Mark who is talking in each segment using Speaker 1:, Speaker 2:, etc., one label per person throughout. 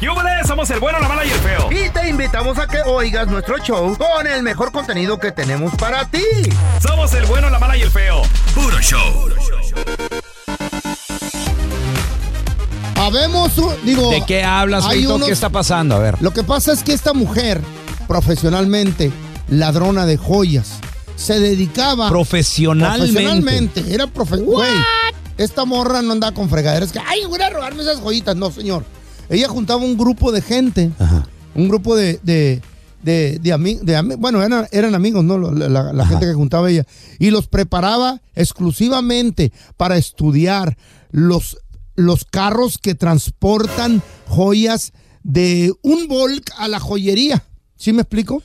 Speaker 1: ¡Yúbales! Somos el bueno, la mala y el feo.
Speaker 2: Y te invitamos a que oigas nuestro show con el mejor contenido que tenemos para ti.
Speaker 1: Somos el bueno, la mala y el feo. Puro show.
Speaker 3: Habemos, u- digo...
Speaker 4: ¿De qué hablas,
Speaker 3: hay
Speaker 4: Feito?
Speaker 3: unos-
Speaker 4: ¿Qué está pasando? A ver.
Speaker 3: Lo que pasa es que esta mujer, profesionalmente, ladrona de joyas, se dedicaba...
Speaker 4: Profesionalmente.
Speaker 3: Ah, Profesionalmente, era profe... Güey, esta morra no andaba con fregaderas que, ay, voy a robarme esas joyitas. No, señor. Ella juntaba un grupo de gente,
Speaker 4: Ajá.
Speaker 3: un grupo de... de de, de, ami- de ami- bueno, eran, eran amigos, ¿no? La, la- la gente que juntaba ella. Y los preparaba exclusivamente para estudiar los, los carros que transportan joyas de un volk a la joyería. ¿Sí me explico?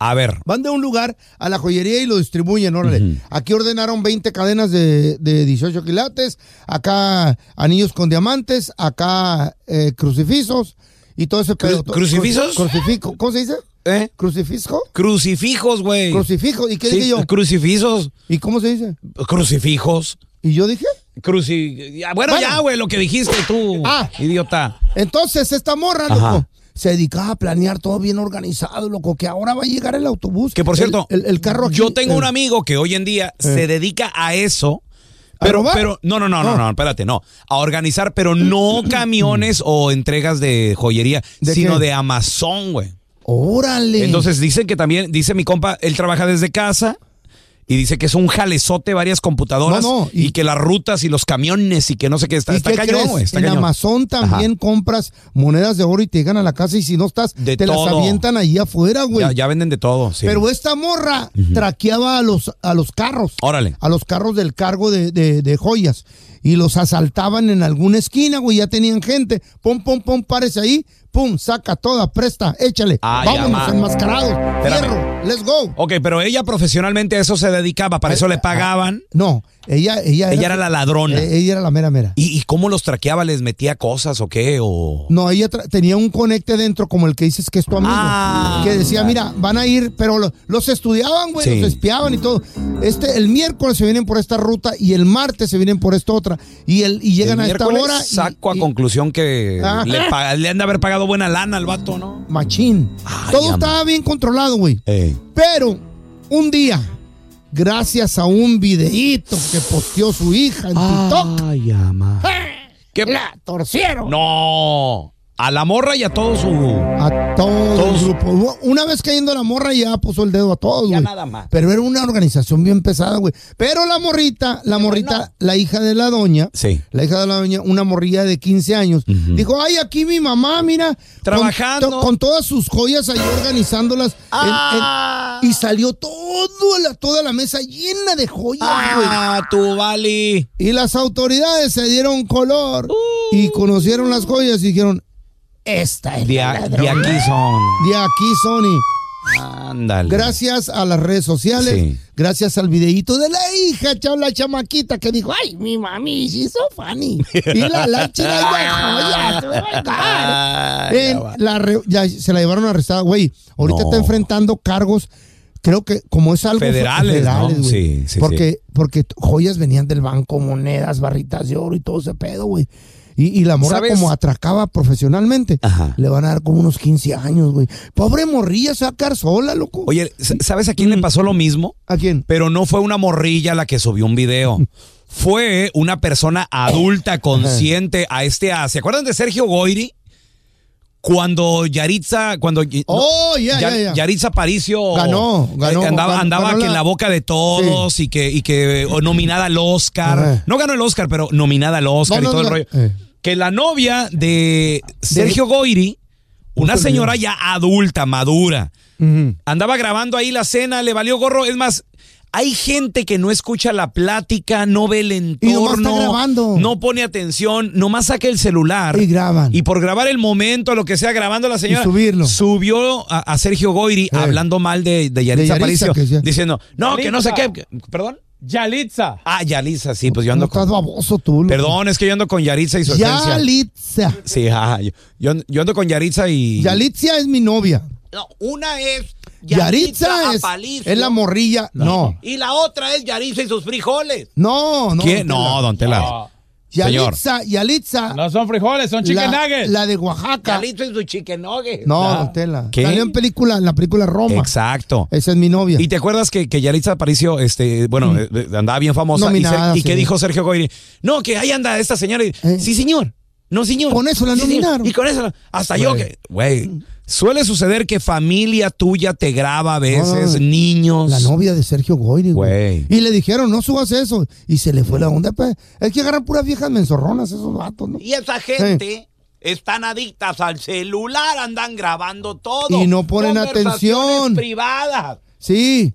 Speaker 4: A ver.
Speaker 3: Van de un lugar a la joyería y lo distribuyen, órale. Aquí ordenaron 20 cadenas de, de 18 quilates, acá anillos con diamantes, acá eh, crucifijos y todo ese pedo.
Speaker 4: ¿Crucifijos?
Speaker 3: Crucifijo. ¿Cómo se dice?
Speaker 4: ¿Eh?
Speaker 3: ¿Crucifijo?
Speaker 4: Crucifijos, güey.
Speaker 3: Crucifijo. ¿Y qué
Speaker 4: Sí,
Speaker 3: dije yo?
Speaker 4: Crucifijos.
Speaker 3: ¿Y cómo se dice?
Speaker 4: Crucifijos.
Speaker 3: ¿Y yo dije?
Speaker 4: Cruci... ya, Bueno,
Speaker 3: Bueno.
Speaker 4: ya, güey, lo que dijiste tú,
Speaker 3: Ah.
Speaker 4: idiota.
Speaker 3: Entonces, esta morra,
Speaker 4: Ajá.
Speaker 3: loco, se dedicaba a planear todo bien organizado, loco, que ahora va a llegar el autobús.
Speaker 4: Que por
Speaker 3: el-
Speaker 4: cierto,
Speaker 3: el, el carro aquí,
Speaker 4: yo tengo
Speaker 3: eh,
Speaker 4: un amigo que hoy en día se dedica a eso.
Speaker 3: ¿A
Speaker 4: Pero,
Speaker 3: robar? Ah.
Speaker 4: pero, no, no, no, no,
Speaker 3: No.
Speaker 4: no, espérate, no. A organizar, pero no camiones o entregas de joyería,
Speaker 3: ¿De
Speaker 4: sino
Speaker 3: qué?
Speaker 4: de Amazon, güey.
Speaker 3: Órale.
Speaker 4: Entonces dicen que también, dice mi compa, él trabaja desde casa y dice que es un jalezote varias computadoras
Speaker 3: No, no,
Speaker 4: y,
Speaker 3: y-
Speaker 4: que las rutas y los camiones y que no sé qué. Está,
Speaker 3: ¿Y
Speaker 4: está
Speaker 3: qué
Speaker 4: cañón,
Speaker 3: crees?
Speaker 4: güey. Está
Speaker 3: en
Speaker 4: cañón.
Speaker 3: Amazon también compras monedas de oro y te llegan a la casa y si no estás,
Speaker 4: De
Speaker 3: te las
Speaker 4: todo.
Speaker 3: avientan ahí afuera, güey.
Speaker 4: Ya, ya venden de todo, sí.
Speaker 3: Pero esta morra traqueaba a los, a los carros.
Speaker 4: Órale.
Speaker 3: A los carros del cargo de, de- de joyas. Y los asaltaban en alguna esquina, güey. Ya tenían gente. Pum, pum, pum, párese ahí. Pum, saca toda, presta, échale.
Speaker 4: Ay,
Speaker 3: Vámonos,
Speaker 4: ama.
Speaker 3: enmascarados.
Speaker 4: Espérame.
Speaker 3: Fierro, let's go.
Speaker 4: Ok, pero ella profesionalmente a eso se dedicaba,
Speaker 3: Eh,
Speaker 4: para eso le pagaban.
Speaker 3: No, ella, ella,
Speaker 4: Ella era la ladrona.
Speaker 3: Eh, ella era la mera mera.
Speaker 4: ¿Y, y cómo los traqueaba? ¿Les metía cosas o qué? O...
Speaker 3: No, ella tra- tenía un conecte dentro, como el que dices que es tu amigo.
Speaker 4: Ah.
Speaker 3: que decía, mira, van a ir, pero lo- los estudiaban, güey,
Speaker 4: Sí.
Speaker 3: los espiaban y todo. Este, el miércoles se vienen por esta ruta y el martes se vienen por esta otra. Y, el, y llegan
Speaker 4: El
Speaker 3: a esta
Speaker 4: miércoles
Speaker 3: hora. y-
Speaker 4: Saco
Speaker 3: y- Ah.
Speaker 4: a conclusión que
Speaker 3: Ajá.
Speaker 4: le, pa- le han de haber pagado buena lana al vato, ¿no?
Speaker 3: Machín.
Speaker 4: Ay,
Speaker 3: todo
Speaker 4: ama.
Speaker 3: estaba bien controlado, güey.
Speaker 4: Eh.
Speaker 3: Pero un día, gracias a un videíto que posteó su hija en TikTok,
Speaker 4: Ay, ama. Ah. ¿Qué?
Speaker 3: la torcieron.
Speaker 4: No. A la morra y a todo su.
Speaker 3: A todo
Speaker 4: Todos.
Speaker 3: el grupo. Una vez cayendo la morra ya puso el dedo a todos,
Speaker 4: Ya
Speaker 3: güey.
Speaker 4: nada más.
Speaker 3: Pero era una organización bien pesada, güey. Pero la morrita, la morrita, la hija de la doña,
Speaker 4: Sí.
Speaker 3: la hija de la doña, una morrilla de 15 años, dijo, ay, aquí mi mamá, mira.
Speaker 4: Trabajando.
Speaker 3: Con, to- con todas sus joyas ahí organizándolas. en- en-
Speaker 4: Ah.
Speaker 3: y salió todo la, toda la mesa llena de joyas, güey.
Speaker 4: Ah, tu Bali.
Speaker 3: Y las autoridades se dieron color
Speaker 4: Uh.
Speaker 3: y conocieron las joyas y dijeron, esta es
Speaker 4: De,
Speaker 3: la
Speaker 4: a-
Speaker 3: ladrona".
Speaker 4: de aquí son.
Speaker 3: De aquí, Sony.
Speaker 4: Ándale.
Speaker 3: Gracias a las redes sociales,
Speaker 4: Sí.
Speaker 3: gracias al videíto de la hija, chao, la chamaquita que dijo, ay, mi mami, she's so funny. Y la lancha de joyas, oh my God.
Speaker 4: Ah,
Speaker 3: En
Speaker 4: ya va.
Speaker 3: la re- ya se la llevaron arrestada, güey. Ahorita
Speaker 4: No.
Speaker 3: está enfrentando cargos, creo que como es algo...
Speaker 4: Federales, ¿no?
Speaker 3: güey.
Speaker 4: Sí, sí, sí.
Speaker 3: porque, porque t- joyas venían del banco, monedas, barritas de oro y todo ese pedo, güey. Y, y la morra
Speaker 4: ¿Sabes?
Speaker 3: como atracaba profesionalmente,
Speaker 4: Ajá.
Speaker 3: le van a dar como unos 15 años, güey. Pobre morrilla, se va a quedar sola, loco.
Speaker 4: Oye, sa- ¿sabes a quién le pasó lo mismo?
Speaker 3: ¿A quién?
Speaker 4: Pero no fue una morrilla la que subió un video. Fue una persona adulta, consciente, a este A. ¿Se acuerdan de Sergio Goyri? Cuando Yaritza, cuando no,
Speaker 3: Oh, ya, ya, ya.
Speaker 4: Yaritza Paricio
Speaker 3: Ganó, ganó,
Speaker 4: andaba,
Speaker 3: ganó,
Speaker 4: andaba
Speaker 3: ganó
Speaker 4: que
Speaker 3: la-
Speaker 4: en la boca de todos y que, y que o nominada al Oscar.
Speaker 3: Ajá.
Speaker 4: No ganó el Oscar, pero nominada al
Speaker 3: No,
Speaker 4: Oscar y
Speaker 3: no,
Speaker 4: todo
Speaker 3: no,
Speaker 4: el rollo.
Speaker 3: eh.
Speaker 4: Que la novia de Sergio Goyri, una
Speaker 3: Puso el
Speaker 4: señora ya adulta, madura,
Speaker 3: Ujú.
Speaker 4: Andaba grabando ahí la cena, le valió gorro. Es más, hay gente que no escucha la plática, no ve el
Speaker 3: Y nomás
Speaker 4: entorno.
Speaker 3: está grabando.
Speaker 4: No pone atención, nomás saca el celular.
Speaker 3: Y graban.
Speaker 4: Y pues, por grabar el momento, lo que sea, grabando la señora.
Speaker 3: Y subirlo.
Speaker 4: Subió a, a Sergio Goyri hablando mal de,
Speaker 3: De
Speaker 4: de Yalitza
Speaker 3: Yalitza,
Speaker 4: Aparicio,
Speaker 3: que decía-
Speaker 4: diciendo, no, que no sé qué.
Speaker 5: Yalitza.
Speaker 4: ¿Perdón?
Speaker 5: Yalitza.
Speaker 4: Ah, Yalitza, sí, pues yo
Speaker 3: No
Speaker 4: ando
Speaker 3: estás
Speaker 4: con...
Speaker 3: baboso tú, loco.
Speaker 4: Perdón, es que yo ando con Yaritza y su esencia.
Speaker 3: Yalitza.
Speaker 4: Sí, ajá, yo- yo, yo ando con Yaritza y...
Speaker 3: Yalitza es mi novia.
Speaker 4: No, una es
Speaker 3: Yaritza es,
Speaker 4: Aparicio.
Speaker 3: es la morrilla. No,
Speaker 4: Y la otra es Yaritza y sus frijoles.
Speaker 3: no, no.
Speaker 4: ¿Quién?
Speaker 3: don Tela.
Speaker 4: No, don Tela. Señor.
Speaker 3: Yalitza, Yalitza,
Speaker 5: No son frijoles, son chicken
Speaker 3: la,
Speaker 5: nuggets.
Speaker 3: la de Oaxaca.
Speaker 4: y su chicken nugget.
Speaker 3: No, don Tela.
Speaker 4: ¿Qué?
Speaker 3: Salió en película, en la película Roma.
Speaker 4: Exacto.
Speaker 3: Esa es mi novia.
Speaker 4: ¿Y te acuerdas que, que Yaritza Aparicio, este, bueno, eh, eh, andaba bien famosa?
Speaker 3: Mm. Nominada,
Speaker 4: ¿Y, Ser- ¿y
Speaker 3: sí.
Speaker 4: qué dijo Sergio Goyri? No, que ahí anda esta señora. y-
Speaker 3: Eh.
Speaker 4: Sí, señor. No, señor.
Speaker 3: Con eso la
Speaker 4: Sí, señor.
Speaker 3: nominaron.
Speaker 4: Y con eso, la- hasta yo
Speaker 3: Güey.
Speaker 4: que... Güey, suele suceder que familia tuya te graba a veces,
Speaker 3: No, no, no.
Speaker 4: niños.
Speaker 3: Ah. La novia de Sergio Goyri, güey.
Speaker 4: Güey.
Speaker 3: Y le dijeron, no subas eso. Y se le fue la onda. pues. Es que agarran puras viejas menzorronas esos vatos, ¿no?
Speaker 4: Y esa
Speaker 3: gente
Speaker 4: están adictas al celular, andan grabando todo.
Speaker 3: Y no ponen Conversaciones atención.
Speaker 4: privadas.
Speaker 3: Sí,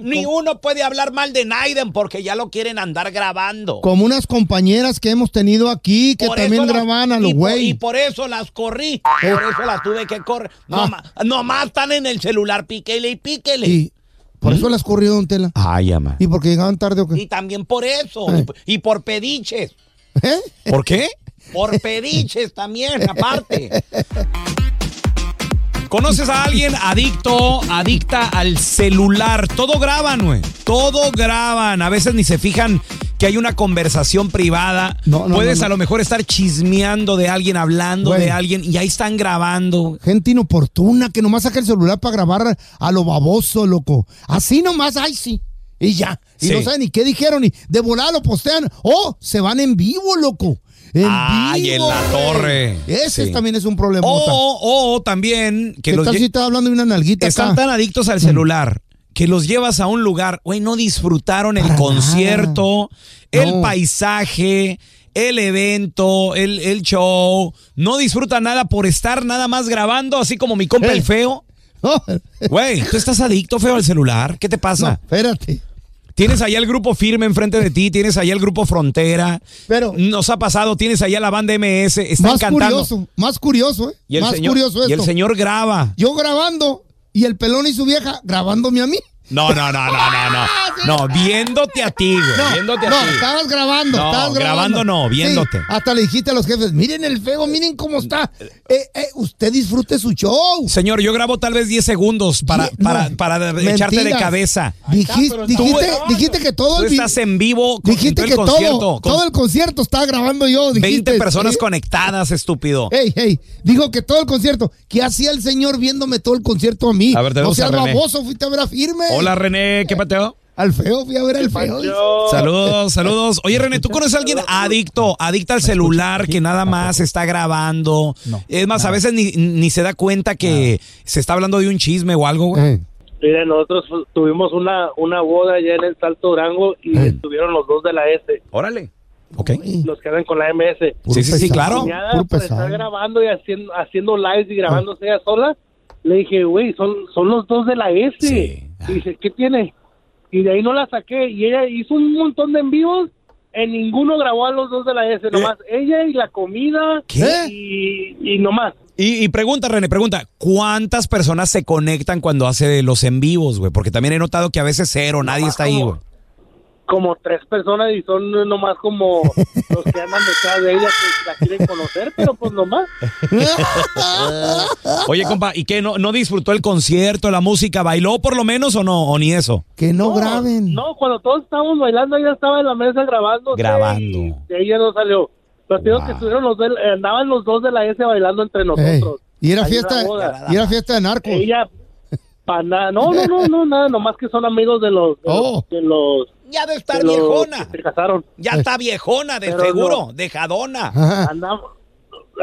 Speaker 4: Ni uno puede hablar mal de Naiden porque ya lo quieren andar grabando.
Speaker 3: como unas compañeras que hemos tenido aquí que
Speaker 4: Por
Speaker 3: también
Speaker 4: eso las-
Speaker 3: graban a
Speaker 4: y
Speaker 3: los
Speaker 4: por- Y
Speaker 3: güey. Oh.
Speaker 4: por eso las corrí. Por eso las tuve que correr.
Speaker 3: Ah.
Speaker 4: Nomás, nomás están en el celular, píquele y píquele.
Speaker 3: Y por
Speaker 4: ¿Mm?
Speaker 3: eso las corrió Don Tela.
Speaker 4: Ay, ama.
Speaker 3: Y porque llegaban tarde o qué.
Speaker 4: Y también por eso.
Speaker 3: Ay.
Speaker 4: Y por pediches.
Speaker 3: ¿Eh?
Speaker 4: ¿Por qué? Por pediches también, aparte. ¿Conoces a alguien adicto, adicta al celular? Todo graban, güey. Todo graban. A veces ni se fijan que hay una conversación privada.
Speaker 3: No, no,
Speaker 4: Puedes
Speaker 3: no, no.
Speaker 4: a lo mejor estar chismeando de alguien, hablando
Speaker 3: Güey.
Speaker 4: de alguien, y ahí están grabando.
Speaker 3: Gente inoportuna que nomás saca el celular para grabar a lo baboso, loco. Así nomás, ay, sí. Y ya. Y
Speaker 4: Sí.
Speaker 3: no saben ni qué dijeron, ni de volada lo postean. Oh, se van en vivo, loco. En
Speaker 4: Ay, en
Speaker 3: vivo,
Speaker 4: la
Speaker 3: güey.
Speaker 4: torre.
Speaker 3: Ese
Speaker 4: Sí.
Speaker 3: también es un problema.
Speaker 4: O, o, o también que
Speaker 3: ¿Qué
Speaker 4: los
Speaker 3: tal
Speaker 4: lle-
Speaker 3: si estás hablando de una nalguita
Speaker 4: están
Speaker 3: acá?
Speaker 4: tan adictos
Speaker 3: Mm.
Speaker 4: al celular que los llevas a un lugar, güey, no disfrutaron el
Speaker 3: Para
Speaker 4: concierto, el
Speaker 3: No.
Speaker 4: paisaje, el evento, el, el show. No disfrutan nada por estar nada más grabando, así como mi compa
Speaker 3: Eh.
Speaker 4: el feo.
Speaker 3: No,
Speaker 4: Güey, ¿tú estás adicto, feo, al celular? ¿Qué te
Speaker 3: no,
Speaker 4: pasa?
Speaker 3: espérate.
Speaker 4: Tienes allá el grupo firme enfrente de ti, tienes allá el grupo Frontera.
Speaker 3: Pero-
Speaker 4: Nos ha pasado, tienes allá la banda MS, están
Speaker 3: Más
Speaker 4: cantando.
Speaker 3: curioso, más curioso, ¿eh?
Speaker 4: Y el
Speaker 3: más
Speaker 4: señor-
Speaker 3: curioso esto.
Speaker 4: y el señor graba.
Speaker 3: Yo grabando y el pelón y su vieja grabándome a mí.
Speaker 4: No, no, no, no, no, no. No, viéndote a ti, güey. viéndote a
Speaker 3: no,
Speaker 4: ti.
Speaker 3: estabas grabando,
Speaker 4: No,
Speaker 3: estabas grabando.
Speaker 4: grabando no, viéndote.
Speaker 3: Sí, hasta le dijiste a los jefes, miren el feo, miren cómo está. Eh, eh, usted disfrute su show.
Speaker 4: Señor, yo grabo tal vez 10 segundos para,
Speaker 3: Di-
Speaker 4: para,
Speaker 3: no,
Speaker 4: para
Speaker 3: mentiras.
Speaker 4: echarte de cabeza.
Speaker 3: Dijiste,
Speaker 5: pero está
Speaker 3: dijiste,
Speaker 5: grabando.
Speaker 3: dijiste que todo
Speaker 4: Tú
Speaker 3: el vi-
Speaker 4: estás en vivo con
Speaker 3: dijiste
Speaker 4: todo el
Speaker 3: que
Speaker 4: concierto.
Speaker 3: todo,
Speaker 4: con
Speaker 3: todo el concierto estaba grabando yo.
Speaker 4: 20
Speaker 3: dijiste,
Speaker 4: personas
Speaker 3: eh,
Speaker 4: conectadas, estúpido.
Speaker 3: Ey, ey, dijo que todo el concierto, que hacía el señor viéndome todo el concierto a mí.
Speaker 4: A ver,
Speaker 3: no
Speaker 4: tenemos
Speaker 3: seas
Speaker 4: a René.
Speaker 3: baboso, fuiste a ver a firme.
Speaker 4: Hola, René, ¿qué pateo?
Speaker 3: Al feo, fui a ver al feo.
Speaker 4: Saludos, saludos. Oye, René, ¿tú conoces a alguien adicto, adicta al celular que nada más está grabando?
Speaker 5: No,
Speaker 4: es más, a veces ni, ni se da cuenta que se está hablando de un chisme o algo, güey.
Speaker 3: Eh,
Speaker 6: Mira, nosotros fu- tuvimos una, una boda allá en el Salto Durango y
Speaker 3: Ey.
Speaker 6: estuvieron los dos de la S,
Speaker 4: Órale. Ok.
Speaker 3: uy,
Speaker 6: los que andan con la MS.
Speaker 3: puro
Speaker 4: Sí, sí, sí,
Speaker 3: pesado,
Speaker 4: claro.
Speaker 6: Cuñada,
Speaker 3: puro
Speaker 6: por
Speaker 3: pesado.
Speaker 6: estar grabando y haciendo, haciendo lives y grabándose ella sola, le dije, güey, son, son los dos de la S.
Speaker 4: Sí.
Speaker 6: Y dice, ¿qué tiene? Y de ahí no la saqué. Y ella hizo un montón de en vivos. En ninguno grabó a los dos de la S, nomás ella y la comida
Speaker 4: ¿Qué?
Speaker 6: y, y nomás.
Speaker 4: Y, y pregunta, René, pregunta, ¿cuántas personas se conectan cuando hace los en vivos, güey? Porque también he notado que a veces cero, nadie está ahí, güey.
Speaker 6: Como tres personas y son nomás como los que andan detrás de ella que la quieren conocer, pero pues nomás.
Speaker 4: Oye, compa, ¿y qué? ¿No, no disfrutó el concierto, la música? ¿Bailó por lo menos o no? ¿O ni eso?
Speaker 3: Que no, graben.
Speaker 6: No, cuando todos estábamos bailando, ella estaba en la mesa grabando.
Speaker 4: Grabando.
Speaker 6: Y de ella no salió. Pero te digo
Speaker 4: Wow.
Speaker 6: que estuvieron los del- eh, andaban los dos de la S bailando entre
Speaker 3: Ey,
Speaker 6: nosotros.
Speaker 3: Y era
Speaker 6: Ahí en la
Speaker 3: fiesta,
Speaker 6: boda.
Speaker 3: y era fiesta de narcos.
Speaker 6: Ella, pa' nada. No, no, no, no, nada. Nomás que son amigos de los. De
Speaker 3: Oh.
Speaker 6: los, de los-
Speaker 4: Ya debe
Speaker 6: de los que se casaron.
Speaker 4: Ya está viejona,
Speaker 6: Pero seguro,
Speaker 4: dejadona.
Speaker 3: Ajá.
Speaker 6: Andamos,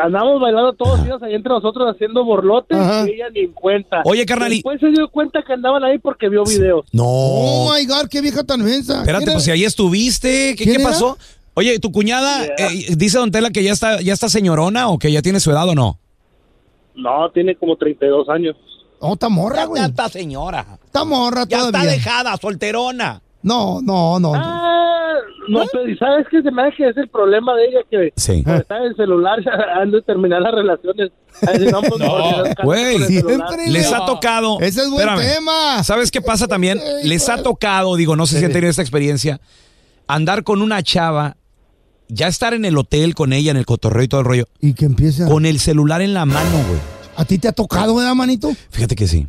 Speaker 6: andamos bailando todos ellos ahí entre nosotros haciendo borlotes
Speaker 3: Ajá.
Speaker 6: y ella ni en cuenta.
Speaker 4: Oye, carnal, y-
Speaker 6: Después se dio cuenta que andaban ahí porque vio videos.
Speaker 4: No.
Speaker 3: Oh, my God, qué vieja tan mensa.
Speaker 4: Espérate,
Speaker 3: Mira,
Speaker 4: pues si ahí estuviste, ¿qué,
Speaker 3: ¿Quién
Speaker 4: qué
Speaker 3: era?
Speaker 4: pasó? Oye, ¿tu cuñada
Speaker 6: Yeah.
Speaker 4: eh, dice Don Tela que ya está, ya está señorona o que ya tiene su edad o no?
Speaker 6: No, tiene como 32 años.
Speaker 3: Oh, está morra, güey. Está
Speaker 4: señora.
Speaker 3: morra todavía.
Speaker 4: dejada, solterona.
Speaker 3: No, no, no.
Speaker 6: Ah, no, pero ¿y sabes qué? Se me hace que es el problema de ella que
Speaker 3: Ah,
Speaker 4: ¿Eh? Sí.
Speaker 6: cuando está en el celular han de terminar las relaciones. Ay, no, pues,
Speaker 5: No,
Speaker 6: mejor que se casen
Speaker 4: güey,
Speaker 6: con el
Speaker 3: siempre,
Speaker 6: celular.
Speaker 3: güey.
Speaker 4: Les ha tocado.
Speaker 3: Ese es buen
Speaker 4: Espérame.
Speaker 3: tema.
Speaker 4: ¿Sabes qué pasa también?
Speaker 3: Ay,
Speaker 4: Les ha
Speaker 3: güey.
Speaker 4: tocado, digo, no sé si han tenido esta experiencia, andar con una chava, ya estar en el hotel con ella, en el cotorreo y todo el rollo,
Speaker 3: Y que empieza.
Speaker 4: con el celular en la mano, güey.
Speaker 3: ¿A ti te ha tocado, verdad, manito?
Speaker 4: Fíjate que sí.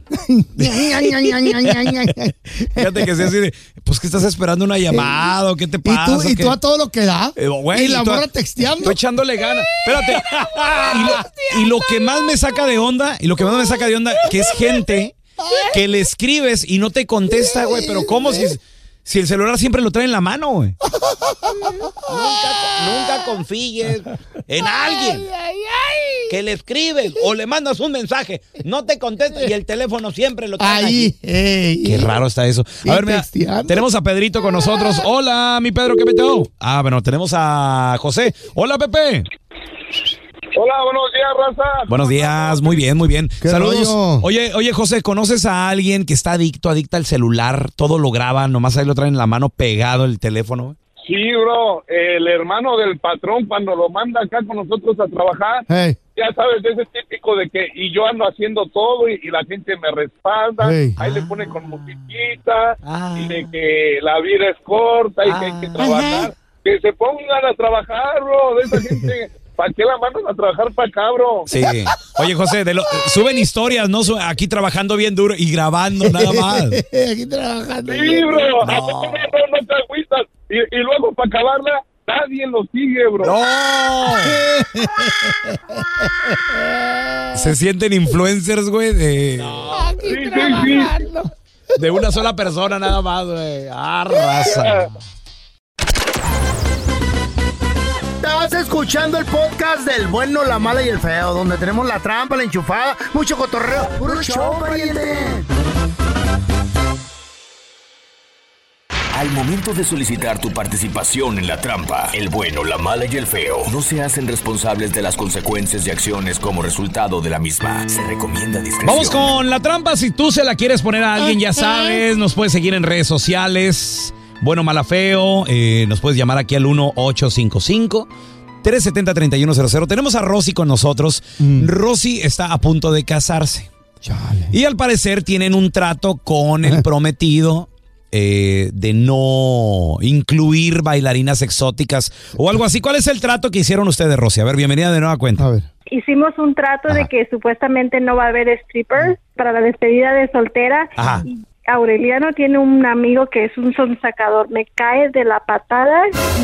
Speaker 4: Fíjate que sí, así de, pues que estás esperando una llamada, o ¿qué te
Speaker 3: Y
Speaker 4: pasa?
Speaker 3: tú, y
Speaker 4: ¿Qué?
Speaker 3: tú a todo lo que da.
Speaker 4: Eh, güey,
Speaker 3: y la
Speaker 4: tú-
Speaker 3: morra texteando.
Speaker 4: Tú echándole ganas. Espérate. Y lo, y lo que más me saca de onda, y lo que más me saca de onda, que es gente que le escribes y no te contesta, güey. Pero ¿cómo si, si el celular siempre lo trae en la mano, güey? Nunca, nunca confíes en alguien que le escribes o le mandas un mensaje, no te contesta y el teléfono siempre lo
Speaker 3: Ahí. ey,
Speaker 4: Qué raro está eso.
Speaker 3: Y
Speaker 4: A ver, mira,
Speaker 3: texteando.
Speaker 4: tenemos a Pedrito con nosotros. Hola, mi Pedro, ¿qué peteo? Ah, bueno, tenemos a José. Hola, Pepe.
Speaker 6: Hola, buenos días, raza.
Speaker 4: Buenos días, muy bien, muy bien.
Speaker 3: ¿Qué
Speaker 4: Saludos.
Speaker 3: rollo?
Speaker 4: Oye, oye, José, ¿conoces a alguien que está adicto, adicta al celular? Todo lo graba, nomás ahí lo traen en la mano pegado el teléfono.
Speaker 6: Sí, bro, el hermano del patrón cuando lo manda acá con nosotros a trabajar,
Speaker 3: Ey,
Speaker 6: ya sabes, ese es típico de que y yo ando haciendo todo y, y la gente me respalda,
Speaker 3: Ey.
Speaker 6: ahí le pone con musiquita
Speaker 4: Ah.
Speaker 6: y de que la vida es corta y que hay que
Speaker 4: Ah.
Speaker 6: trabajar, que se pongan a trabajar, bro, de esa gente, ¿para qué la mandan a trabajar para acá, bro?
Speaker 4: Sí. Oye, José, de lo- suben historias, ¿no? Su- Aquí trabajando bien duro y grabando nada más.
Speaker 3: Aquí trabajando.
Speaker 6: Sí, bro, ¿a poco no, bro, no te agüitas? Y, y luego para acabarla, nadie lo sigue, bro.
Speaker 4: ¡No! Se sienten influencers, güey, de,
Speaker 6: sí, sí, sí.
Speaker 4: de una sola persona nada más, güey. Ah, raza.
Speaker 2: Estás escuchando el podcast del bueno, la mala y el feo, donde tenemos la trampa, la enchufada, mucho cotorreo. ¡Puro show, pariente!
Speaker 1: Al momento de solicitar tu participación en la trampa, el bueno, la mala y el feo no se hacen responsables de las consecuencias y acciones como resultado de la misma. Se recomienda discreción.
Speaker 4: Vamos con la trampa. Si tú se la quieres poner a alguien, ya sabes, nos puedes seguir en redes sociales. Bueno, mala, feo. eh, nos puedes llamar aquí al 1-855. 370-3100. Tenemos a Rosy con nosotros. Rosy está a punto de casarse.
Speaker 3: Chale.
Speaker 4: Y al parecer tienen un trato con el prometido eh, de no incluir bailarinas exóticas o algo así. ¿Cuál es el trato que hicieron ustedes, Rosy? A ver, bienvenida de nueva cuenta.
Speaker 3: A ver.
Speaker 5: hicimos un trato de
Speaker 4: Ajá.
Speaker 5: que supuestamente no va a haber strippers para la despedida de soltera.
Speaker 4: Ajá.
Speaker 5: Y Aureliano tiene un amigo que es un sonsacador, me cae de la patada.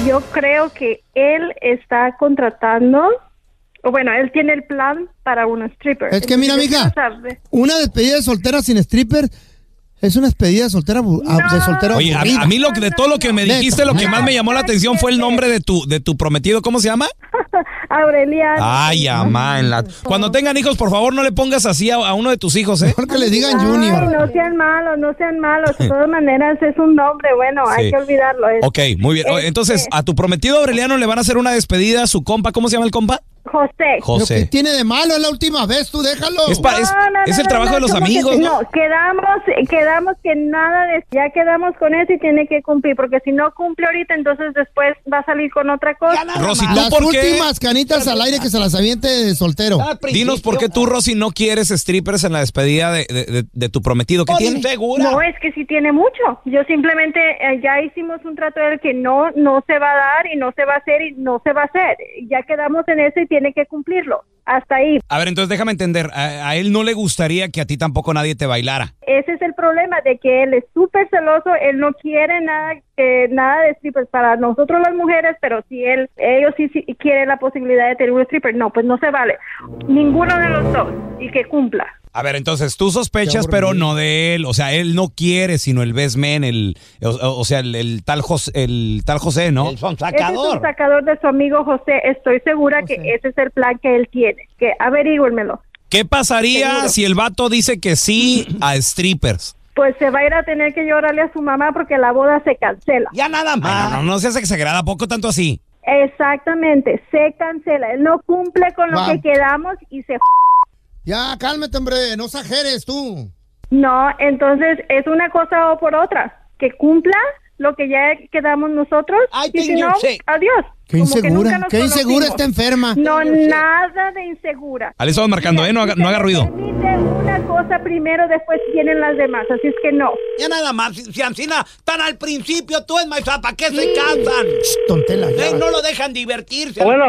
Speaker 5: Yo creo que él está contratando, o bueno, él tiene el plan para un stripper.
Speaker 3: Es que mira,
Speaker 5: Entonces,
Speaker 3: mija,
Speaker 5: yo quiero saber-
Speaker 3: una despedida de soltera sin stripper es una despedida de soltera abu- a- de soltero
Speaker 4: Oye, a,
Speaker 3: aburrida.
Speaker 4: a mí lo que- de todo lo que me
Speaker 3: Neta.
Speaker 4: dijiste, lo que más me llamó la atención fue el nombre de tu, de tu prometido. ¿Cómo se llama?
Speaker 5: Aureliano.
Speaker 4: Ay, amá, en la... Cuando tengan hijos, por favor, no le pongas así a, a uno de tus hijos, ¿eh?
Speaker 3: Mejor que le digan
Speaker 5: Ay,
Speaker 3: Junior.
Speaker 5: no sean malos, no sean malos. De todas maneras, es un nombre bueno,
Speaker 4: Sí.
Speaker 5: hay que olvidarlo. Es
Speaker 4: Ok, muy bien. O-
Speaker 5: Este-
Speaker 4: Entonces, a tu prometido Aureliano le van a hacer una despedida a su compa. ¿Cómo se llama el compa?
Speaker 5: José.
Speaker 3: Lo que
Speaker 4: José.
Speaker 3: tiene de malo es la última vez, tú déjalo.
Speaker 4: Es pa- es- es el trabajo de los
Speaker 5: ¿cómo que
Speaker 4: amigos,
Speaker 5: sí?
Speaker 4: ¿no?
Speaker 5: No, quedamos, quedamos que nada de ya quedamos con eso y tiene que cumplir, porque si no cumple ahorita, entonces después va a salir con otra cosa.
Speaker 4: Rosy, ¿tú
Speaker 3: Las
Speaker 4: por qué? Ah.
Speaker 3: últimas canitas al aire que se las aviente de soltero.
Speaker 4: Dinos por qué tú, Rosy, no quieres strippers en la despedida de, de- de- de tu prometido. ¿Qué tiene?
Speaker 5: No, es que sí tiene mucho. Yo simplemente eh, ya hicimos un trato del que no, no se va a dar y no se va a hacer y no se va a hacer. Ya quedamos en eso y tiene que cumplirlo. Hasta ahí.
Speaker 4: A ver, entonces déjame entender. A, a él no le gustaría que a ti tampoco nadie te bailara.
Speaker 5: Ese es el problema de que él es súper celoso, él no quiere nada que nada de strippers para nosotros las mujeres, pero si él ellos sí, sí quieren la posibilidad de tener un stripper, no, pues no se vale. Ninguno de los dos y que cumpla.
Speaker 4: A ver, entonces tú sospechas, pero no de él. O sea, él no quiere, sino el best man, el, o, o sea, el, el tal José, el tal José, ¿no?
Speaker 5: Ese es un sacador de su amigo José, estoy segura que ese es el plan que él tiene, que averígüenmelo.
Speaker 4: ¿Qué pasaría
Speaker 5: Seguro.
Speaker 4: si el vato dice que sí a strippers?
Speaker 5: Pues se va a ir a tener que llorarle a su mamá porque la boda se cancela.
Speaker 4: Ya nada más. no, no seas exagerada, ¿a poco tanto así?
Speaker 5: Exactamente, se cancela. Él no cumple con lo
Speaker 3: Va.
Speaker 5: que quedamos y se
Speaker 3: Ya, cálmate, hombre, no exageres tú.
Speaker 5: No, entonces es una cosa o por otra, que cumpla lo que ya quedamos nosotros y si no, adiós.
Speaker 3: Qué
Speaker 5: Como que nunca
Speaker 3: insegura,
Speaker 5: nos
Speaker 3: qué insegura
Speaker 5: conocimos.
Speaker 3: está enferma.
Speaker 5: No, nada de insegura.
Speaker 4: Ah, le estamos marcando, ¿eh? No haga-
Speaker 5: Si
Speaker 4: no haga
Speaker 5: se
Speaker 4: ruido.
Speaker 5: Permite una cosa primero, después vienen las demás, así es que no.
Speaker 4: Ya nada más, si Ancina, tan al principio tú es ¿para qué se casan?
Speaker 3: Tontela, ya.
Speaker 4: lo dejan divertirse.
Speaker 6: Bueno,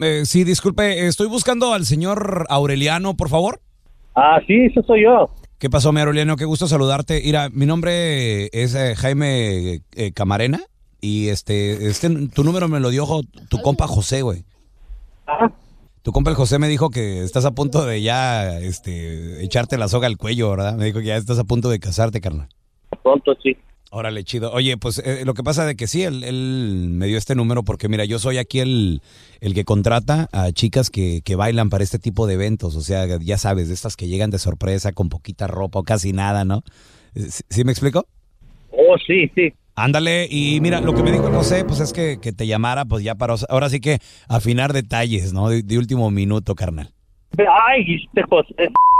Speaker 4: Eh, sí, disculpe, estoy buscando al señor Aureliano, por favor.
Speaker 7: Ah, sí, eso soy yo.
Speaker 4: ¿Qué pasó, mi Aureliano? Qué gusto saludarte. Mira, mi nombre es eh, Jaime eh, Camarena y este, este, tu número me lo dio jo- tu compa José, güey.
Speaker 7: Ah,
Speaker 4: Tu compa el José me dijo que estás a punto de ya, este, echarte la soga al cuello, ¿verdad? Me dijo que ya estás a punto de casarte, carnal.
Speaker 7: pronto sí.
Speaker 4: Órale, chido. Oye, pues eh, lo que pasa de que sí, él, él me dio este número porque mira, yo soy aquí el, el que contrata a chicas que, que bailan para este tipo de eventos. O sea, ya sabes, de estas que llegan de sorpresa con poquita ropa o casi nada, ¿no? Eh, ¿Sí, sí me explico?
Speaker 7: Oh, sí, sí.
Speaker 4: Ándale, y mira, lo que me dijo el José, pues es que, que te llamara, pues ya para... Ahora sí que afinar detalles, ¿no? De, de último minuto, carnal.
Speaker 7: Ay, este José,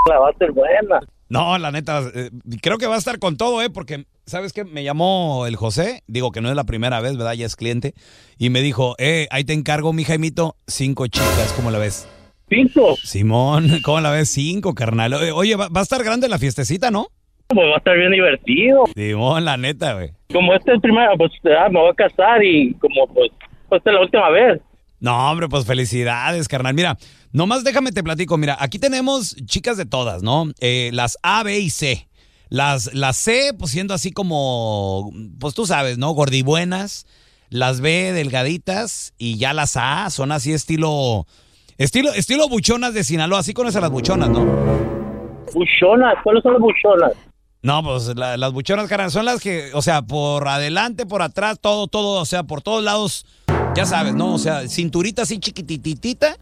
Speaker 7: la va a ser buena.
Speaker 4: No, la neta, eh, creo que va a estar con todo, ¿eh? Porque, ¿sabes qué? Me llamó el José, digo que no es la primera vez, ¿verdad? Ya es cliente, y me dijo, eh, ahí te encargo, mi Jaimito, cinco chicas, ¿cómo la ves?
Speaker 7: Cinco.
Speaker 4: Simón, ¿cómo la ves? Cinco, carnal. Oye, Oye, va, va a estar grande la fiestecita, ¿no?
Speaker 7: Pues va a estar bien divertido.
Speaker 4: Simón, la neta, güey.
Speaker 7: Como este es el primero, pues ah, me voy a casar y como pues, pues esta es la última vez.
Speaker 4: No, hombre, pues felicidades, carnal. Mira, nomás déjame te platico. Mira, aquí tenemos chicas de todas, ¿no? Eh, las A, B y C. Las, las C, pues siendo así como, pues tú sabes, ¿no? Gordibuenas. Las B, delgaditas. Y ya las A son así estilo, estilo, estilo buchonas de Sinaloa. Así conoces a las buchonas, ¿no?
Speaker 7: Buchonas, ¿cuáles son las buchonas?
Speaker 4: No, pues la- las buchonas, carnal, son las que, o sea, por adelante, por atrás, todo, todo, o sea, por todos lados, ya sabes, ¿no? O sea, cinturita así chiquititita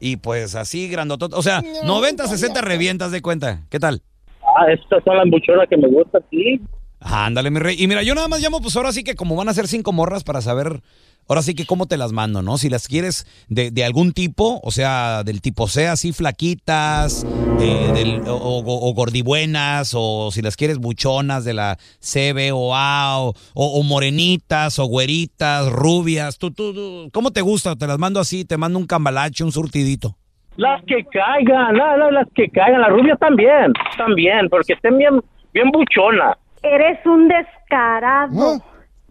Speaker 4: y pues así grandotota. O sea, 90, 60 revientas de cuenta. ¿Qué tal?
Speaker 7: Ah, estas son las buchonas que me gustan, sí.
Speaker 4: Ándale, mi rey. Y mira, yo nada más llamo, pues ahora sí que como van a ser cinco morras para saber, ahora sí que cómo te las mando, ¿no? Si las quieres de, de algún tipo, o sea, del tipo C, así flaquitas, eh, del- o, o- o gordibuenas, o si las quieres buchonas de la C, B o A, o, o- o morenitas, o güeritas, rubias, tú, tú, tú, ¿cómo te gusta? Te las mando así, te mando un cambalache, un surtidito.
Speaker 7: Las que caigan, la- la- las que caigan, las rubias también, también, porque estén bien, bien buchonas.
Speaker 5: Eres un descarado.
Speaker 3: ¿Ah?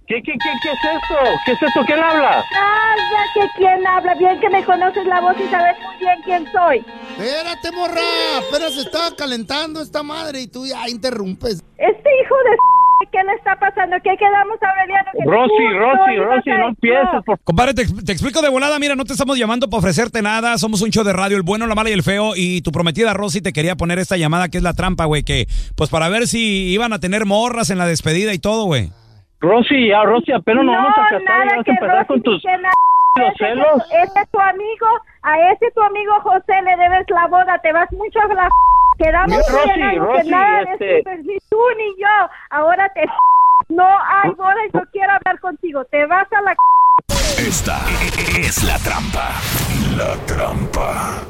Speaker 7: ¿Qué, qué, qué, ¿Qué es esto? ¿Qué es esto? ¿Quién habla?
Speaker 5: Cállate quién habla, bien que me conoces la voz y sabes muy bien quién soy.
Speaker 3: Espérate, morra. Apenas se estaba calentando esta madre y tú ya interrumpes.
Speaker 5: Este hijo de ¿qué le está pasando? ¿Qué quedamos Aureliano? Que
Speaker 7: Rosy,
Speaker 5: tú
Speaker 7: Rosy,
Speaker 5: ibas a
Speaker 7: Rosy, no
Speaker 5: decir?
Speaker 7: empieces, por
Speaker 4: Compadre, te, ex- te explico de volada, mira, no te estamos llamando para ofrecerte nada, somos un show de radio, el bueno, la mala y el feo, y tu prometida Rosy te quería poner esta llamada que es la trampa, güey, que pues para ver si iban a tener morras en la despedida y todo, güey.
Speaker 7: Rosy, ya, Rosy, apenas nos vamos a casar y
Speaker 5: nada
Speaker 7: vas a
Speaker 5: que
Speaker 7: empezar
Speaker 5: Rosy,
Speaker 7: con tus...
Speaker 5: que na- ese
Speaker 7: los
Speaker 5: es-
Speaker 7: celos.
Speaker 5: Ese es tu amigo, a ese tu amigo José le debes la boda, te vas mucho a la... Quedamos
Speaker 7: Mira,
Speaker 5: bien,
Speaker 7: Rosy,
Speaker 5: algo que
Speaker 7: Rosy,
Speaker 5: nada de
Speaker 7: este-
Speaker 5: super, ni tú ni yo, ahora te... No hay boda y no quiero hablar contigo, te vas a la...
Speaker 1: Esta es la trampa. La trampa.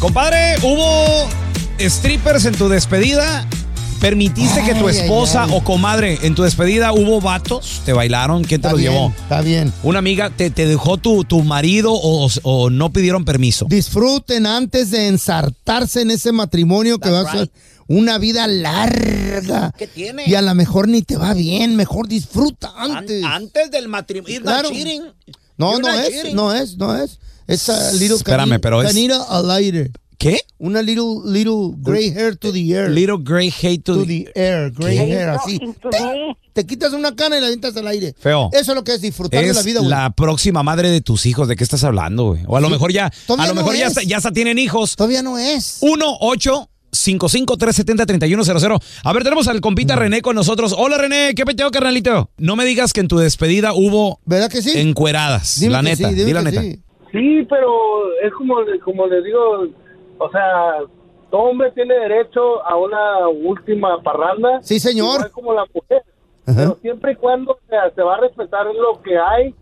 Speaker 4: Compadre, hubo strippers en tu despedida, permitiste que tu
Speaker 3: Ay, ay,
Speaker 4: esposa
Speaker 3: ay.
Speaker 4: o comadre en tu despedida hubo vatos, te bailaron, ¿quién te
Speaker 3: Está
Speaker 4: los
Speaker 3: bien,
Speaker 4: llevó?
Speaker 3: Está bien.
Speaker 4: Una amiga te, te dejó tu, tu marido o, o no pidieron permiso.
Speaker 3: Disfruten antes de ensartarse en ese matrimonio que va a ser una vida larga.
Speaker 4: ¿Qué tiene?
Speaker 3: Y a lo mejor ni te va bien, mejor disfruta antes.
Speaker 4: del matrimonio,
Speaker 3: Claro. No, no es, no es, no es. Es a little
Speaker 4: Espérame,
Speaker 3: cani-
Speaker 4: pero es-
Speaker 3: canita al aire.
Speaker 4: ¿Qué?
Speaker 3: Una little, little gray hair to the air.
Speaker 4: Little Grey Hate to,
Speaker 3: to
Speaker 4: the-
Speaker 3: the air, gray hair, así. Te quitas una cana y la avientas al aire.
Speaker 4: Feo.
Speaker 3: Eso es lo que es disfrutar de
Speaker 4: Es
Speaker 3: la
Speaker 4: la,
Speaker 3: vida, güey.
Speaker 4: próxima madre de tus hijos. ¿De qué estás hablando, güey? O a lo
Speaker 3: Sí.
Speaker 4: mejor ya, a
Speaker 3: Todavía
Speaker 4: lo
Speaker 3: no
Speaker 4: mejor ya,
Speaker 3: es.
Speaker 4: hasta- ya hasta tienen hijos.
Speaker 3: Todavía no es.
Speaker 4: 1 8 55 370 3100 A ver, tenemos al
Speaker 3: Mm.
Speaker 4: compita René con nosotros. Hola, René. ¿Qué peteo, carnalito? No me digas que en tu despedida hubo
Speaker 3: ¿Verdad que sí?
Speaker 4: encueradas.
Speaker 3: Dime
Speaker 4: la
Speaker 3: que
Speaker 4: neta,
Speaker 3: sí, dime
Speaker 4: di la
Speaker 3: que
Speaker 4: neta.
Speaker 3: sí.
Speaker 6: Sí, pero es como, como les digo, o sea, todo hombre tiene derecho a una última parranda.
Speaker 3: Sí, señor.
Speaker 6: Igual como la mujer.
Speaker 3: Ajá.
Speaker 6: Pero siempre y cuando o sea, se va a respetar lo que hay,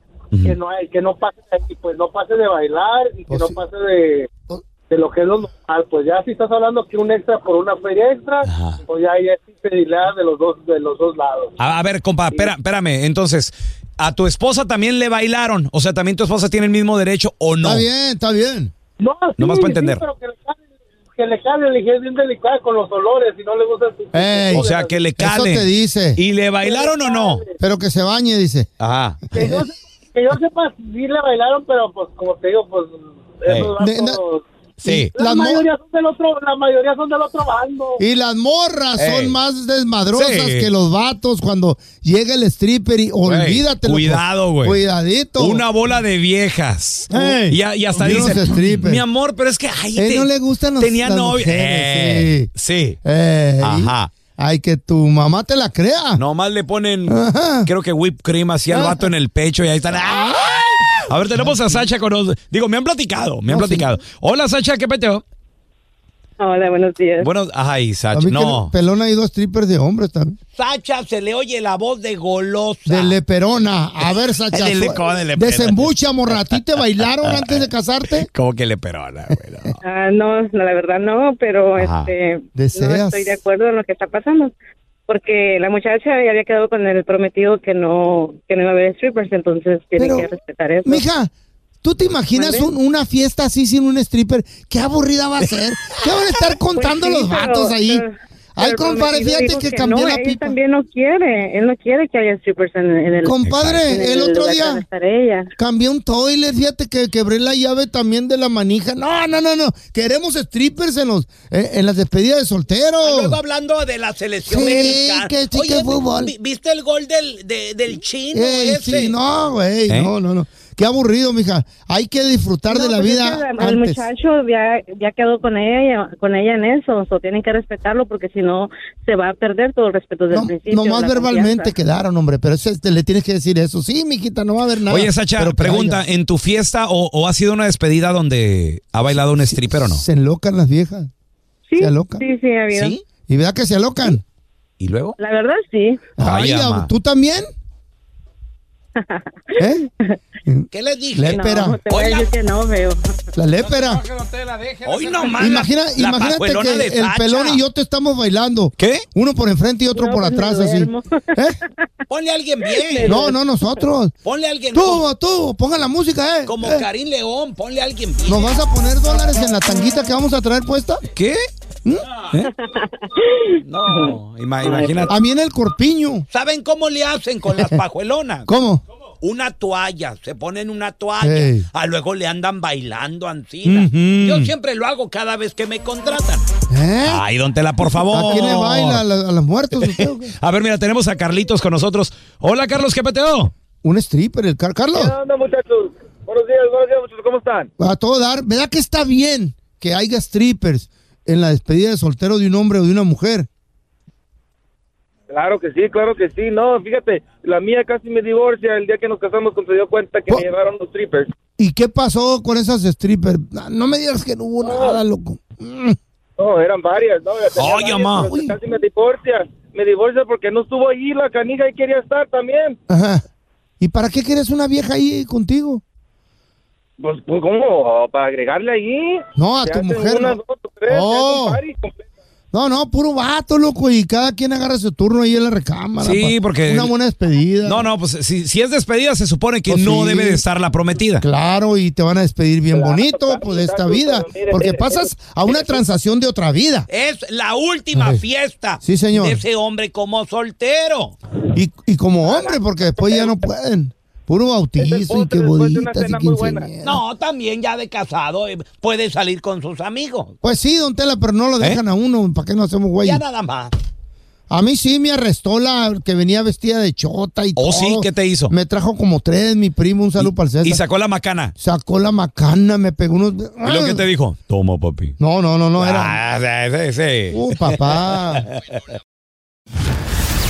Speaker 6: que no hay, que no pase de ahí, pues no pase de bailar y que
Speaker 4: Oh,
Speaker 3: Pues
Speaker 6: no
Speaker 3: sí.
Speaker 6: pase de,
Speaker 3: Pues-
Speaker 6: de lo que es lo normal. Pues ya si estás hablando que un extra por una feria extra,
Speaker 4: Ajá. Ah,
Speaker 6: pues ya ya sí se dilea de los dos de los dos lados.
Speaker 4: A, a ver, compa, espera- espérame. Entonces, a tu esposa también le bailaron. O sea, también tu esposa tiene el mismo derecho o no.
Speaker 3: Está bien, está bien.
Speaker 6: No,
Speaker 4: Nomás
Speaker 6: sí,
Speaker 4: para
Speaker 6: sí,
Speaker 4: entender.
Speaker 6: pero que le cale, que le cale, le dije, es bien delicada con los olores y no le gusta su...
Speaker 3: Ey,
Speaker 4: O sea, que le
Speaker 3: Eso
Speaker 4: cale.
Speaker 3: te dice.
Speaker 4: ¿Y le bailaron o no?
Speaker 3: Pero que se bañe, dice.
Speaker 4: Ajá.
Speaker 6: Que no se-
Speaker 8: que yo sepa, sí le bailaron, pero pues como te digo, pues esos
Speaker 3: Ey.
Speaker 8: vatos-
Speaker 4: Sí.
Speaker 8: La
Speaker 3: Las mo-
Speaker 8: mayoría son del otro, la mayoría son del otro bando.
Speaker 3: Y las morras
Speaker 4: Ey.
Speaker 3: son más desmadrosas
Speaker 4: Sí.
Speaker 3: que los vatos cuando llega el stripper y olvídate. loco.
Speaker 4: cuidado, güey.
Speaker 3: Cuidadito.
Speaker 4: Una bola de viejas.
Speaker 3: Ey.
Speaker 4: y, a- y hasta
Speaker 3: Y unos
Speaker 4: dice,
Speaker 3: strippers.
Speaker 4: mi amor, pero es que ay,
Speaker 3: Él
Speaker 4: te-
Speaker 3: no le gustan los-
Speaker 4: tenía
Speaker 3: las
Speaker 4: novia.
Speaker 3: mujeres,
Speaker 4: Eh, sí.
Speaker 3: Ey.
Speaker 4: Ajá.
Speaker 3: Ay, que tu mamá te la crea.
Speaker 4: Nomás le ponen,
Speaker 3: Ajá.
Speaker 4: creo que whipped cream así al vato en el pecho y ahí están. ¡Ay! A ver, tenemos a Sacha con nos- Digo, me han platicado, me han
Speaker 3: No, sí.
Speaker 4: platicado. Hola, Sacha, ¿qué peteo?
Speaker 9: Hola, buenos días.
Speaker 4: Bueno, ay,
Speaker 3: A
Speaker 4: Sacha,
Speaker 3: mí
Speaker 4: no.
Speaker 3: que pelón hay dos strippers de hombres también.
Speaker 4: Sacha se le oye la voz de golosa.
Speaker 3: De leperona. A ver, Sacha.
Speaker 4: Ah. De le-
Speaker 3: su-
Speaker 4: ¿cómo de leperona?
Speaker 3: Desembucha, morra. ¿A ti te bailaron antes de casarte?
Speaker 4: ¿Cómo que le perona, güey? No.
Speaker 9: Ah, no, no, la verdad no, pero
Speaker 4: Ajá.
Speaker 9: este,
Speaker 3: Deseas.
Speaker 9: no estoy de acuerdo en lo que está pasando. Porque la muchacha ya había quedado con el prometido que no, que no iba a haber strippers, entonces tiene
Speaker 3: Pero,
Speaker 9: que respetar eso.
Speaker 3: Mija, ¿tú te imaginas
Speaker 9: ¿Mande?
Speaker 3: un- una fiesta así sin un stripper? Qué aburrida va a ser. ¿Qué van a estar contando
Speaker 9: Pues sí,
Speaker 3: los
Speaker 9: pero-
Speaker 3: vatos ahí?
Speaker 9: pero- pues,
Speaker 3: Ay,
Speaker 9: pero el
Speaker 3: compadre,
Speaker 9: prometido
Speaker 3: fíjate
Speaker 9: dijo
Speaker 3: que, cambié
Speaker 9: no,
Speaker 3: la
Speaker 9: él
Speaker 3: pipa.
Speaker 9: también no quiere, él no quiere que haya strippers en, en el en
Speaker 3: Compadre, el otro
Speaker 9: lugar
Speaker 3: día
Speaker 9: donde estará ella.
Speaker 3: cambié un toilet, fíjate que quebré la llave también de la manija. No, no, no, no. Queremos strippers en los eh, en las despedidas de solteros.
Speaker 10: Ah, Luego hablando de la selección
Speaker 3: Sí,
Speaker 10: mexicana.
Speaker 3: que sí, que fútbol.
Speaker 10: vi- ¿Viste el gol del, de- del chino
Speaker 3: Ey,
Speaker 10: ese?
Speaker 3: sí, no, güey,
Speaker 4: ¿Eh?
Speaker 3: no, no, no. Qué aburrido, mija. Hay que disfrutar de
Speaker 9: No,
Speaker 3: la
Speaker 9: pues es
Speaker 3: vida
Speaker 9: que El
Speaker 3: antes.
Speaker 9: muchacho ya, ya quedó con ella, con ella en eso, o sea, tienen que respetarlo porque si no se va a perder todo el respeto del
Speaker 3: No,
Speaker 9: principio.
Speaker 3: nomás
Speaker 9: la
Speaker 3: verbalmente
Speaker 9: confianza.
Speaker 3: quedaron, hombre, pero ese- te- le tienes que decir eso. Sí, mijita, no va a haber nada.
Speaker 4: Oye, Sacha,
Speaker 3: pero que
Speaker 4: pregunta,
Speaker 3: haya.
Speaker 4: ¿en tu fiesta o, o ha sido una despedida donde ha bailado un stripper o no?
Speaker 3: Se enlocan las viejas.
Speaker 9: Sí,
Speaker 3: se aloca.
Speaker 9: sí, sí, ha habido.
Speaker 4: ¿Sí?
Speaker 3: ¿Y verdad que se alocan?
Speaker 4: ¿Y luego?
Speaker 9: La verdad, sí.
Speaker 4: Ay,
Speaker 3: Ay,
Speaker 4: ama.
Speaker 3: ¿tú también? ¿Eh?
Speaker 10: ¿Qué les dije?
Speaker 4: Ah.
Speaker 3: Lépera,
Speaker 9: No, te voy a decir que no, veo.
Speaker 3: la lépera.
Speaker 4: Hoy no más.
Speaker 3: Imagina,
Speaker 4: la- la
Speaker 3: imagínate
Speaker 4: pajuelona
Speaker 3: que
Speaker 4: de
Speaker 3: el
Speaker 4: Sacha.
Speaker 3: pelón y yo te estamos bailando.
Speaker 4: ¿Qué?
Speaker 3: Uno por enfrente y otro
Speaker 9: No,
Speaker 3: por
Speaker 9: pues me
Speaker 3: atrás, así.
Speaker 9: duermo.
Speaker 3: ¿Eh?
Speaker 10: Ponle a alguien bien.
Speaker 3: No, no, nosotros.
Speaker 10: Ponle a alguien como,
Speaker 3: Tú, tú, pongan la música, ¿eh?
Speaker 10: como
Speaker 3: Eh,
Speaker 10: Karim León. Ponle a alguien bien.
Speaker 3: ¿Nos vas a poner dólares en la tanguita que vamos a traer puesta?
Speaker 4: ¿Qué?
Speaker 3: ¿Mm?
Speaker 4: ¿Eh? No, ima- imagínate.
Speaker 3: A mí en el corpiño.
Speaker 10: ¿Saben cómo le hacen con las pajuelonas?
Speaker 3: ¿Cómo?
Speaker 10: Una toalla, se ponen una toalla,
Speaker 3: Ey.
Speaker 10: a luego le andan bailando ansina.
Speaker 3: Ujú.
Speaker 10: Yo siempre lo hago cada vez que me contratan.
Speaker 3: ¿Eh?
Speaker 4: Ay, don Tela, por favor.
Speaker 3: ¿A quién le baila? ¿A, la- a los muertos? usted o qué?
Speaker 4: A ver, mira, tenemos a Carlitos con nosotros. Hola, Carlos, ¿qué peteo?
Speaker 3: Un stripper, el Car- Carlos.
Speaker 8: onda, muchachos? Buenos días, buenos días, muchachos, ¿cómo están?
Speaker 3: A todo dar. ¿Verdad que está bien que haya strippers en la despedida de soltero de un hombre o de una mujer?
Speaker 8: Claro que sí, claro que sí. No, fíjate, la mía casi me divorcia el día que nos casamos cuando se dio cuenta que
Speaker 3: Oh.
Speaker 8: me llevaron los strippers.
Speaker 3: ¿Y qué pasó con esas strippers? Ah, No me digas que no hubo nada, loco. Mm.
Speaker 8: No, eran varias, ¿no? Ya tenía
Speaker 4: Oye,
Speaker 8: varias,
Speaker 4: ma.
Speaker 8: pero que Casi me divorcia. Me divorcia porque no estuvo allí la canija y quería estar también.
Speaker 3: Ajá. ¿Y para qué quieres una vieja ahí contigo?
Speaker 8: Pues, pues, ¿cómo? Para agregarle allí.
Speaker 3: No, a
Speaker 8: Se
Speaker 3: tu
Speaker 8: hacen
Speaker 3: mujer.
Speaker 8: Una,
Speaker 3: no.
Speaker 8: dos, tres,
Speaker 3: Oh.
Speaker 8: se hace un party completo.
Speaker 3: No, no, puro vato, loco. Y cada quien agarra su turno ahí en la recámara.
Speaker 4: Sí,
Speaker 3: pa-
Speaker 4: porque-
Speaker 3: Una buena despedida.
Speaker 4: No, no, pues si, si es despedida, se supone que
Speaker 3: Pues
Speaker 4: no
Speaker 3: sí.
Speaker 4: debe de estar la prometida.
Speaker 3: Claro, y te van a despedir bien
Speaker 8: Claro,
Speaker 3: bonito
Speaker 8: claro,
Speaker 3: pues, de esta
Speaker 8: claro,
Speaker 3: vida,
Speaker 8: pero mire,
Speaker 3: porque
Speaker 8: mire, eh,
Speaker 3: pasas
Speaker 8: mire,
Speaker 3: a una transacción de otra vida.
Speaker 10: Es la última
Speaker 3: Ay.
Speaker 10: fiesta
Speaker 3: Sí, señor.
Speaker 10: de ese hombre como soltero.
Speaker 3: Y, y como hombre, porque después ya no pueden. Puro bautizo y
Speaker 8: postre
Speaker 3: qué
Speaker 8: después de una
Speaker 3: boditas y
Speaker 8: cena muy buena.
Speaker 3: quinceañeras.
Speaker 10: No, también ya de casado eh, puede salir con sus amigos.
Speaker 3: Pues sí, don Tela, pero no lo
Speaker 4: ¿Eh?
Speaker 3: dejan a uno, ¿para qué no hacemos güey?
Speaker 10: Ya nada más.
Speaker 3: A mí sí me arrestó la que venía vestida de chota y todo.
Speaker 4: Oh, sí, ¿qué te hizo?
Speaker 3: Me trajo como tres, mi primo, un saludo para el César.
Speaker 4: Y sacó la macana.
Speaker 3: Sacó la macana, me pegó unos...
Speaker 4: ¿Y lo que te dijo? Toma, papi.
Speaker 3: No, no, no, no, era...
Speaker 4: Ah, sí, sí, sí.
Speaker 3: Uh, papá.